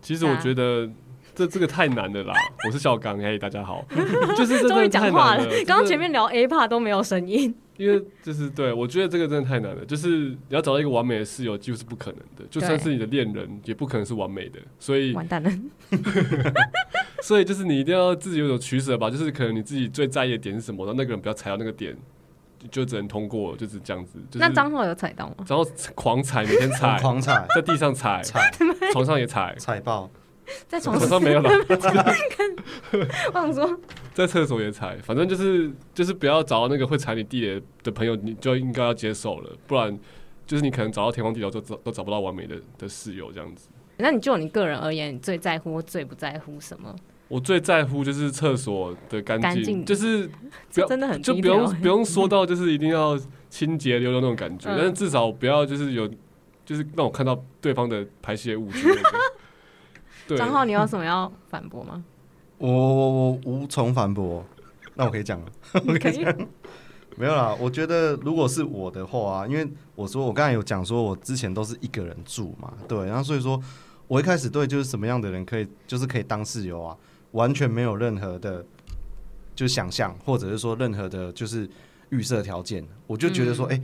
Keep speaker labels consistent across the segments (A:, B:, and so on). A: 其实我
B: 啊
A: 觉得这这个太难了啦。 我是小刚，嘿，大家 好，就是这真
B: 终于
A: 的
B: 讲
A: 太
B: 话
A: 难
B: 了
A: 了。就是，
B: 刚刚前面聊 A 怕都没有声音，
A: 因为就是对我觉得这个真的太难了，就是你要找到一个完美的室友几乎是不可能的，就算是你的恋人也不可能是完美的，所以
B: 完蛋了。
A: 所以就是你一定要自己有所取舍吧，就是可能你自己最在意的点是什么，然后那个人不要踩到那个点，就就只能通过，就是这样子。就是、
B: 那张浩有踩到 吗？
A: 然后狂踩，每天 踩，
C: 狂踩
A: 在地上踩，
C: 踩
A: 床上也踩，
C: 踩爆，
B: 在 床
A: 床
B: 上，
A: 上没有了，
B: 我想说，
A: 在厕所也踩，反正就是就是不要找到那个会踩你地雷的朋友，你就应该要接受了，不然就是你可能找到天荒地老都找都找不到完美的的室友这样子。
B: 那你就你个人而言，你最在乎或最不在乎什么？
A: 我最在乎就是厕所的干
B: 干
A: 净，
B: 净
A: 就是不
B: 这
A: 要
B: 真的很
A: 就
B: 低
A: 不
B: 调
A: 用
B: 欸
A: 不用说到就是一定要清洁溜溜那种感觉，
B: 嗯
A: 但是至少不要就是有就是让我看到对方的排泄物之类 的。对，
B: 张浩，你有什么要反驳吗？
C: 我我我无从反驳，那我可以讲了。
B: 你可以，
C: 没有啦，我觉得如果是我的话啊，因为我说我刚才有讲说，我之前都是一个人住嘛，对，然后所以说我一开始对就是什么样的人可以就是可以当室友啊，完全没有任何的就想象，或者是说任何的就是预设条件，我就觉得说，哎、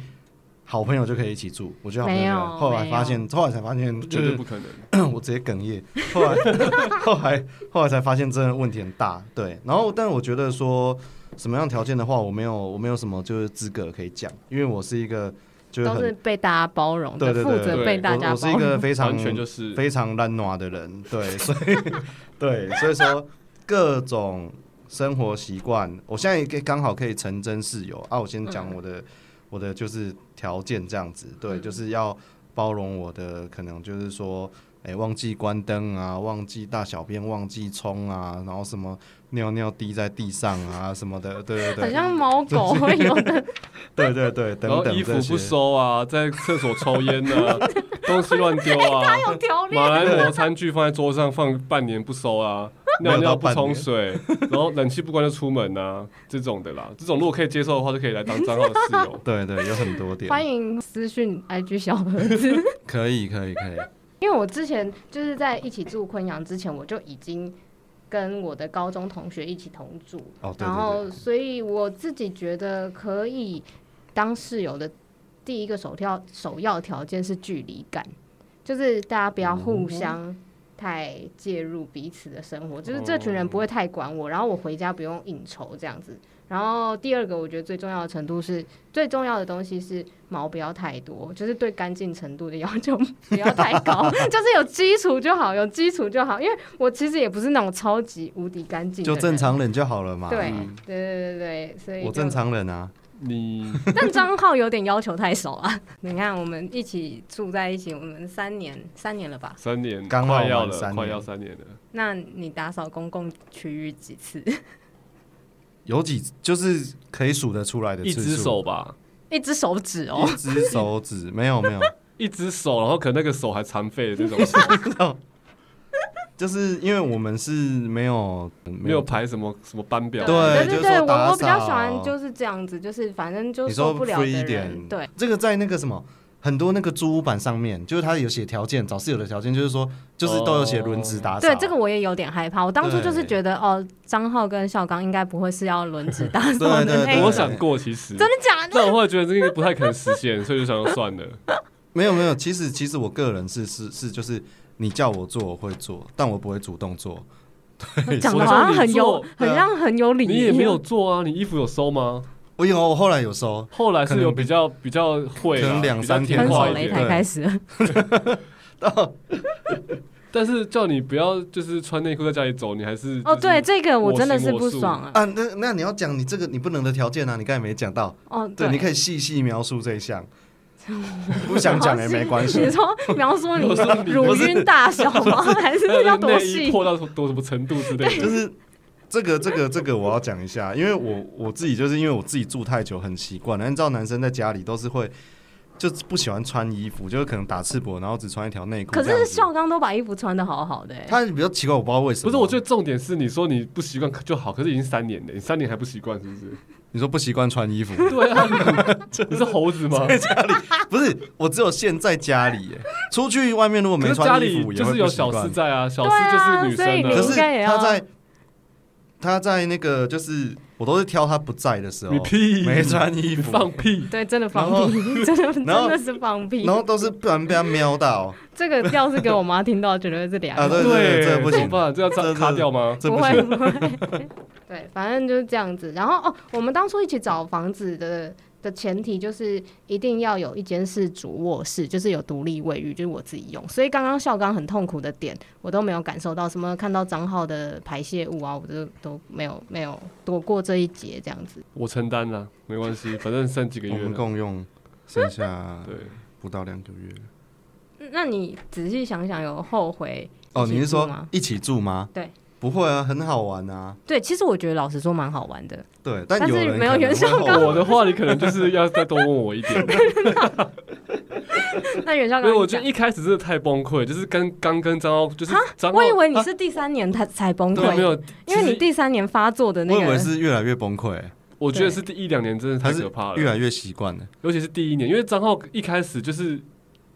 C: 好朋友就可以一起住，我觉得好朋友就可
B: 嗯
C: 以
B: 没有
C: 后来发现，后来才发现就
A: 绝
C: 是
A: 对不可能。
C: 我直接哽咽。后来，后来，后来才发现真的问题很大。对，然后但我觉得说什么样条件的话，我没有，我没有什么就是资格可以讲，因为我是一个就是
B: 都
C: 很
B: 是被大家包容的，
C: 对对
B: 负
C: 对
B: 责
A: 对
B: 被大
C: 我
B: 家
C: 我是
B: 包
C: 一
B: 容。
C: 个非常
A: 完全就是
C: 非常烂暖的人，对，所以 对，所以说各种生活习惯，我现在也可以刚好可以成真室友啊。我先讲我的、我的就是条件这样子，对，
B: 嗯
C: 就是要包容我的，可能就是说，哎、忘记关灯啊，忘记大小便，忘记冲啊，然后什么尿尿滴在地上啊什么的，对对
B: 很
C: 对，
B: 像猫狗会有的，
C: 对对对，
A: 然
C: 等
A: 后
C: 等
A: 衣服
C: 这
A: 不
C: 些。
A: 收啊，在厕所抽烟 啊，东西乱丢啊，
B: 有条 例。
A: 马来模餐具放在桌上放半年不收啊，
C: 没有
A: 尿
C: 到
A: 尿不
C: 半
A: 冲
C: 年。
A: 水，然后冷气不关就出门啊，这种的啦。这种如果可以接受的话，就可以来当张浩的室友
C: 对对，有很多点，
B: 欢迎私讯 IG 小盒子，
C: 可以可以可以，
B: 因为我之前就是在一起住昆阳之前，我就已经跟我的高中同学一起同住，
C: 哦对对
B: 然
C: 对，
B: 后所以我自己觉得可以当室友的第一个首条首要条件是距离感，就是大家不要互相太介入彼此的生活，
C: 哦嗯
B: 就是嗯这群人不会太管我，然后我回家不用应酬这样子。然后第二个，我觉得最重要的程度是，最重要的东西是毛不要太多，就是对干净程度的要求不要太高，就是有基础就好，有基础就好。因为我其实也不是那种超级无敌干净的
C: 就
B: 人，
C: 正常人就好了嘛。
B: 对
A: 嗯
B: 对对对对，所以
C: 我
B: 就
C: 正。常人啊，
A: 你
B: 但张浩有点要求太少啊。 你看，我们一起住在一起，我们三年三年了吧？
A: 三年
C: 刚好
A: 快要
C: 满
A: 了，
C: 三
A: 快
C: 年
A: 要三年了。
B: 那你打扫公共区域几次？
C: 有几就是可以数得出来的
A: 一
C: 次数
A: 只手，吧，
B: 一只手指哦，
C: 一只手指，没有没有，
A: 一只手，然后可能那个手还残废的那 种，
C: 就是因为我们是没有
A: 没有排什么什么班表。啊
C: 对
B: 对啊
C: 就是
B: 对，
C: 说
B: 我
C: 打
B: 我比较
C: 扫
B: 喜欢就是这样子，就是反正就
C: 你
B: 受
C: 说
B: 不了
C: free
B: 的
C: 一
B: 人，
C: 点，
B: 对，，
C: 这个在那个什么。很多那个租屋板上面，就是它有写条件，找室友的条件，就是说，就是都有写轮值打扫。
B: 哦对，这个我也有点害怕。我当初就是觉得，哦，张浩跟孝刚应该不会是要轮值打扫的哎
C: 对对
B: 那
C: 对
B: 一
A: 我
B: 种，
A: 想过，其实
B: 真的假的？
A: 但我后来觉得这个不太可能实现，所以就想说算了。
C: 没有没有。其实其实我个人是是是，就是你叫我做我会做，但我不会主动做。对，
B: 讲的
A: 我
B: 好
A: 说
B: 像
A: 你
B: 很有
A: 做，
B: 很
C: 对啊
B: 像很有理，
A: 你也没有。做啊，你衣服有收吗？
C: 我有，我后来有收，
A: 后来
C: 可
A: 是
C: 能
A: 有比较比较会啦，
C: 可能两
A: 比较
C: 三天
A: 听
B: 分
A: 话
B: 手
A: 一
B: 擂
A: 点
B: 台开始了，
A: 但是叫你不要就是穿内裤在家里走，你还是
B: 哦，对，
A: 就是
B: 这个我真的是
A: 我行
B: 不
A: 我素
B: 爽啊。
C: 啊，那那你要讲你这个你不能的条件啊，你刚才没讲到。
B: 哦，
C: 对，你可以细细描述这一项，不想讲也没关系
B: 哦你。说描述你
A: 我说你
B: 乳
A: 不是
B: 晕大小 吗？还是
A: 还有
B: 要
A: 那
B: 多
A: 呃内衣
B: 细？
A: 破到多什么程度之类的，
C: 就是这个这个这个我要讲一下，因为我我自己就是因为我自己住太久很习惯了，你知道男生在家里都是会就是不喜欢穿衣服，就是可能打赤膊，然后只穿一条内裤这
B: 可
C: 样子。
B: 是校刚都把衣服穿的好好的、欸，
C: 他比较奇怪，我不知道为什
A: 不
C: 么。
A: 是，我觉得重点是你说你不习惯就好，可是已经三年了，你三年还不习惯是不是？
C: 你说不习惯穿衣服，
A: 对啊，你你是猴子吗？
C: 不是，我只有限在家里耶，出去外面如果
A: 可
C: 没
A: 是家
C: 穿衣
A: 里
C: 服，
A: 就是有小四。在啊，小
B: 对
A: 四就是
B: 啊，
A: 女
B: 所以
A: 生
B: 你
C: 可
A: 啊。
B: 应
C: 是
B: 该也
C: 他
B: 要。
C: 在他在那个就是我都是挑他不在的时候
A: 你，屁，
C: 没穿衣
A: 你
C: 服，
A: 放屁，
B: 对，真的放
C: 然后
B: 屁， 真的真
C: 然后
B: 的是放屁
C: 然。后都是不然被他瞄到，
B: 这个要是给我妈听到，绝对是两
C: 啊对对这个不
A: 怎
C: 行
A: 么办？这要
C: 这
A: 这
C: 这
A: 样卡掉吗？
C: 这
B: 不
C: 不
B: 会
C: 行。
B: 不会， 对，反正就是这样子。然后哦，我们当初一起找房子的的前提就是一定要有一间是主卧室，就是有独立卫浴，就是我自己用。所以刚刚校刚很痛苦的点，我都没有感受到什么看到张浩的排泄物啊，我都都没有没有躲过这一劫这样子。
A: 我承担了，没关系，反正剩几个
C: 我
A: 月
C: 们
A: 了。
C: 共用剩下
A: 对，
C: 不到两个月。
B: 嗯那你仔细想想，有后悔
C: 哦，
B: 一起
C: 你是
B: 住
C: 说
B: 吗
C: 一起住吗？
B: 对，
C: 不会啊，很好玩啊。
B: 对，其实我觉得老实说蛮好玩的。
C: 对，
B: 但
C: 有
B: 是
C: 人
B: 没有
C: 可能
B: 袁
C: 会
B: 绍
C: 后
B: 刚
C: 悔
A: 我的话你可能就是要再多问我一点，
B: 那袁校
A: 因为
B: 刚，
A: 我觉得一开始真的太崩溃，就是跟刚跟张浩，就是张浩，
B: 我以为你
A: 啊
B: 是第三年才才崩
A: 对啊
B: 溃，
A: 没有，
B: 因
A: 其
B: 为你
A: 实
B: 第三年发作的那
C: 我以
B: 个
C: 为，是越来越崩溃，
A: 我觉得是第一两年真的太
C: 还是
A: 可怕了，
C: 越来越习惯了。
A: 尤其是第一年，因为张浩一开始就是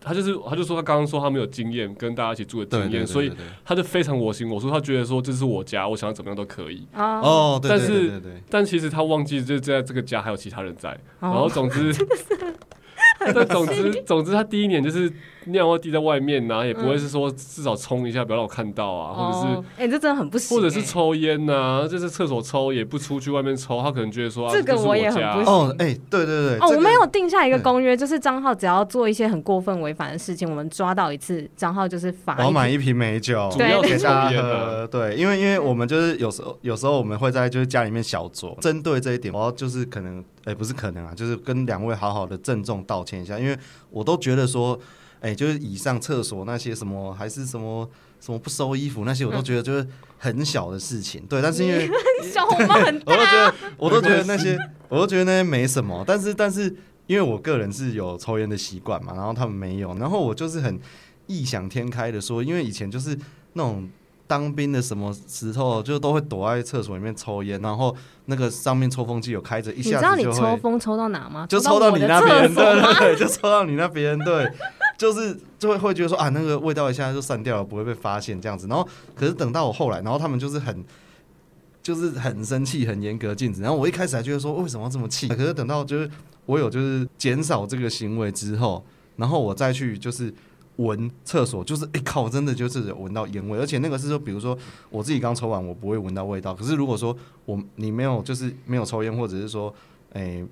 A: 他就是他就说他刚刚说他没有经验跟大家一起住的
C: 对对
A: 经
C: 对
A: 验，
C: 对
A: 所以
C: 对对
A: 他就非常我行我素，他觉得说这是我家，我想要怎么样都可以。
B: 啊
C: 哦，对
A: 但
C: 对
A: 是
C: 对对对，
A: 但其实他忘记就在这个家还有其他人在，然后
B: 哦
A: 总 之，但总之总之他第一年就是尿会滴在外面呐、也不会是说至少冲一下不要让我看到啊，或者是。
B: 哦，哎、这真的很不行、
A: 或者是抽烟呐、就是厕所抽也不出去外面抽，他可能觉得说、啊、
B: 这个
A: 是
B: 我
A: 我
B: 也很
A: 家
B: 不行
C: 哦，哎，对对对，
B: 哎哦，
C: 这
B: 我
C: 个嗯
B: 们有定下一个公约，就是张浩只要做一些很过分违反的事情，我们抓到一次，张浩就是罚
C: 我要买
B: 一
C: 一瓶美酒，
A: 主
B: 对
A: 要
C: 给
A: 是抽
C: 大家
A: 烟啊。
C: 喝。对，因为因为我们就是有时候有时候我们会在就是家里面小酌，针对这一点，我要就是可能哎、不是可能啊，就是跟两位好好的郑重道歉一下，因为我都觉得说。哎、就是以上厕所那些什么，还是什么什么不收衣服那些，我都
B: 嗯
C: 觉得就是很小的事情。对，但是因为
B: 瓶小红帽很
C: 我都觉得，我都觉得那些，我都觉得那些没什么。但是，但是，因为我个人是有抽烟的习惯嘛，然后他们没有，然后我就是很异想天开的说，因为以前就是那种当兵的什么时候，就都会躲在厕所里面抽烟，然后那个上面抽风机有开着，一
B: 你
C: 下
B: 知道
C: 子
B: 你
C: 就
B: 抽
C: 会
B: 风抽啊到哪吗？
C: 就
B: 抽
C: 抽到
B: 我
C: 你
B: 的
C: 那
B: 厕
C: 边，
B: 所
C: 对对对，就抽到你那边，对，就是就会会觉得说啊，那个味道一下就散掉了，不会被发现这样子。然后可是等到我后来，然后他们就是很。就是很生气，很严格禁止。然后我一开始还觉得说为什么要这么气，可是等到就是我有就是减少这个行为之后，然后我再去就是闻厕所，就是哎、靠，真的就是有闻到烟味，而且那个是说，比如说我自己刚抽完，我不会闻到味道。可是如果说我你没有就是没有抽烟，或者是说哎、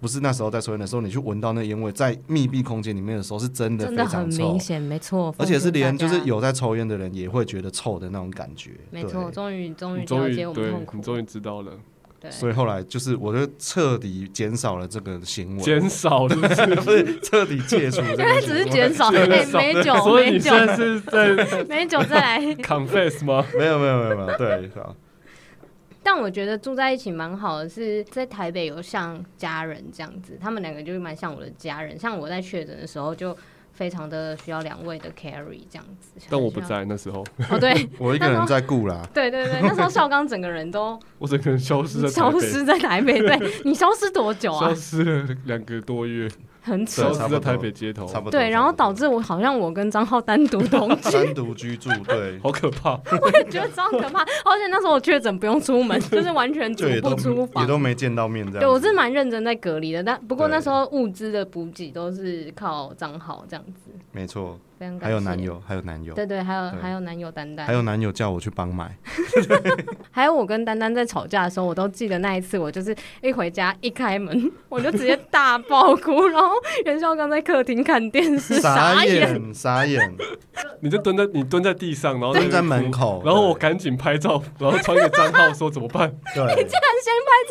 C: 不是那时候在抽烟的时候，你去闻到那烟味，在密闭空间里面的时候是真的
B: 真
C: 非
B: 的很
C: 常臭
B: 明，显，没错，
C: 而且是连就
B: 奉劝
C: 是
B: 大家。
C: 有在抽烟的人也会觉得臭的那种感觉。
B: 没错，
C: 对
B: 终于终于
A: 你终
B: 了
A: 于
B: 解我们
A: 对
B: 痛，
A: 你
B: 苦，
A: 终于知道了，
B: 对，
C: 所以后来就是我就彻底减少了这个行为，
A: 减少是不 是？
C: 不是彻底戒除这
B: 因为
C: 个
B: 只
C: 行
B: 是
C: 为。
B: 减少，
A: 减
B: 哎，
A: 少
B: 美酒
A: 所以
B: 美
A: 你
B: 酒
A: 现在是在
B: 美酒再来
A: confess 吗？
C: 没有没有没有没有，对，好
B: 但我觉得住在一起蛮好的是，在台北有像家人这样子，他们两个就是蛮像我的家人。像我在确诊的时候，就非常的需要两位的 carry 这样子。
A: 但我不。在那时候，
B: 哦，对
C: 我一个人在顾啦。
B: 对对对，那时候少刚整个人都
A: 我整个人消失在台
B: 消
A: 北，
B: 失在台北。对你消失多久啊
A: 消？失了两个多月，
B: 很
C: 对
A: 消
B: 扯。
A: 失在台北街头，
C: 差不多。
B: 对，然后导
C: 致
B: 致我好像我跟张浩单独同 居，
C: 单独居住，对，
A: 好可怕。
B: 觉得超可怕。而且那时候我确诊不用出门， 就是完全足
C: 就也
B: 不
C: 都
B: 出
C: 也
B: 房。
C: 都没见到面这样子。
B: 对，我是蛮认真在隔离的，但不过
C: 对
B: 那时候物资的补给都是靠张浩这样子，
C: 没错，
B: 非常感谢。
C: 还有男，友，还有男友，
B: 对对，还有
C: 对
B: 还有男友丹丹，
C: 还有男友叫我去帮买，
B: 还有我跟丹丹在吵架的时候，我都记得那一次，我就是一回家一开门， 我就直接大爆哭，然后袁绍刚在客厅看电视，傻眼。
C: 眼 傻眼，
A: 你就蹲在你蹲在地上，然后
C: 蹲
A: 那边
C: 在
A: 哭
C: 门，口，
A: 然后我赶紧拍照，然后传给张浩说怎么办？
C: 对，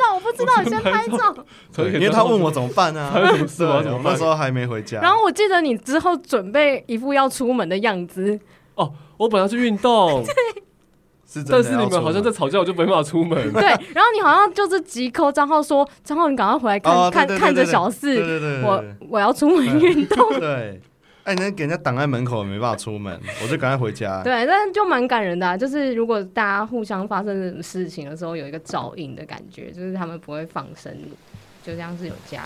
B: 但我不知道，
A: 我
B: 你
A: 真
B: 先
A: 的
B: 拍
A: 拍
B: 照。
C: 啊
A: 传给
C: 因为
A: 张
C: 他
A: 浩
C: 问
A: 说
C: 我怎么办啊，
A: 还有什么事吗
C: 对
A: 怎么
C: 我
A: 办
C: 那时候还没回家，
B: 然后我记得你之 后准备一副要出门的样子，
A: 哦，我本来去运动，
C: 是真
A: 但
C: 的
A: 是你
C: 要出
A: 们好像在
C: 门
A: 吵架，我就没办法出门。
B: 对，然后你好像就是急扣张浩说：“张浩，你赶快回来看、
C: 哦对
B: 看
C: 对对
B: 看着
C: 对
B: 小
C: 对
B: 四，
C: 对对
B: 我
C: 对
B: 我要出门运动。
C: 对对，哎，你那给人家挡在门口，没办法出门，我就赶快回家。
B: 对，但就蛮感人的、啊，就是如果大家互相发生这种事情的时候，有一个照应的感觉，就是他们不会放生你，就像是有家人。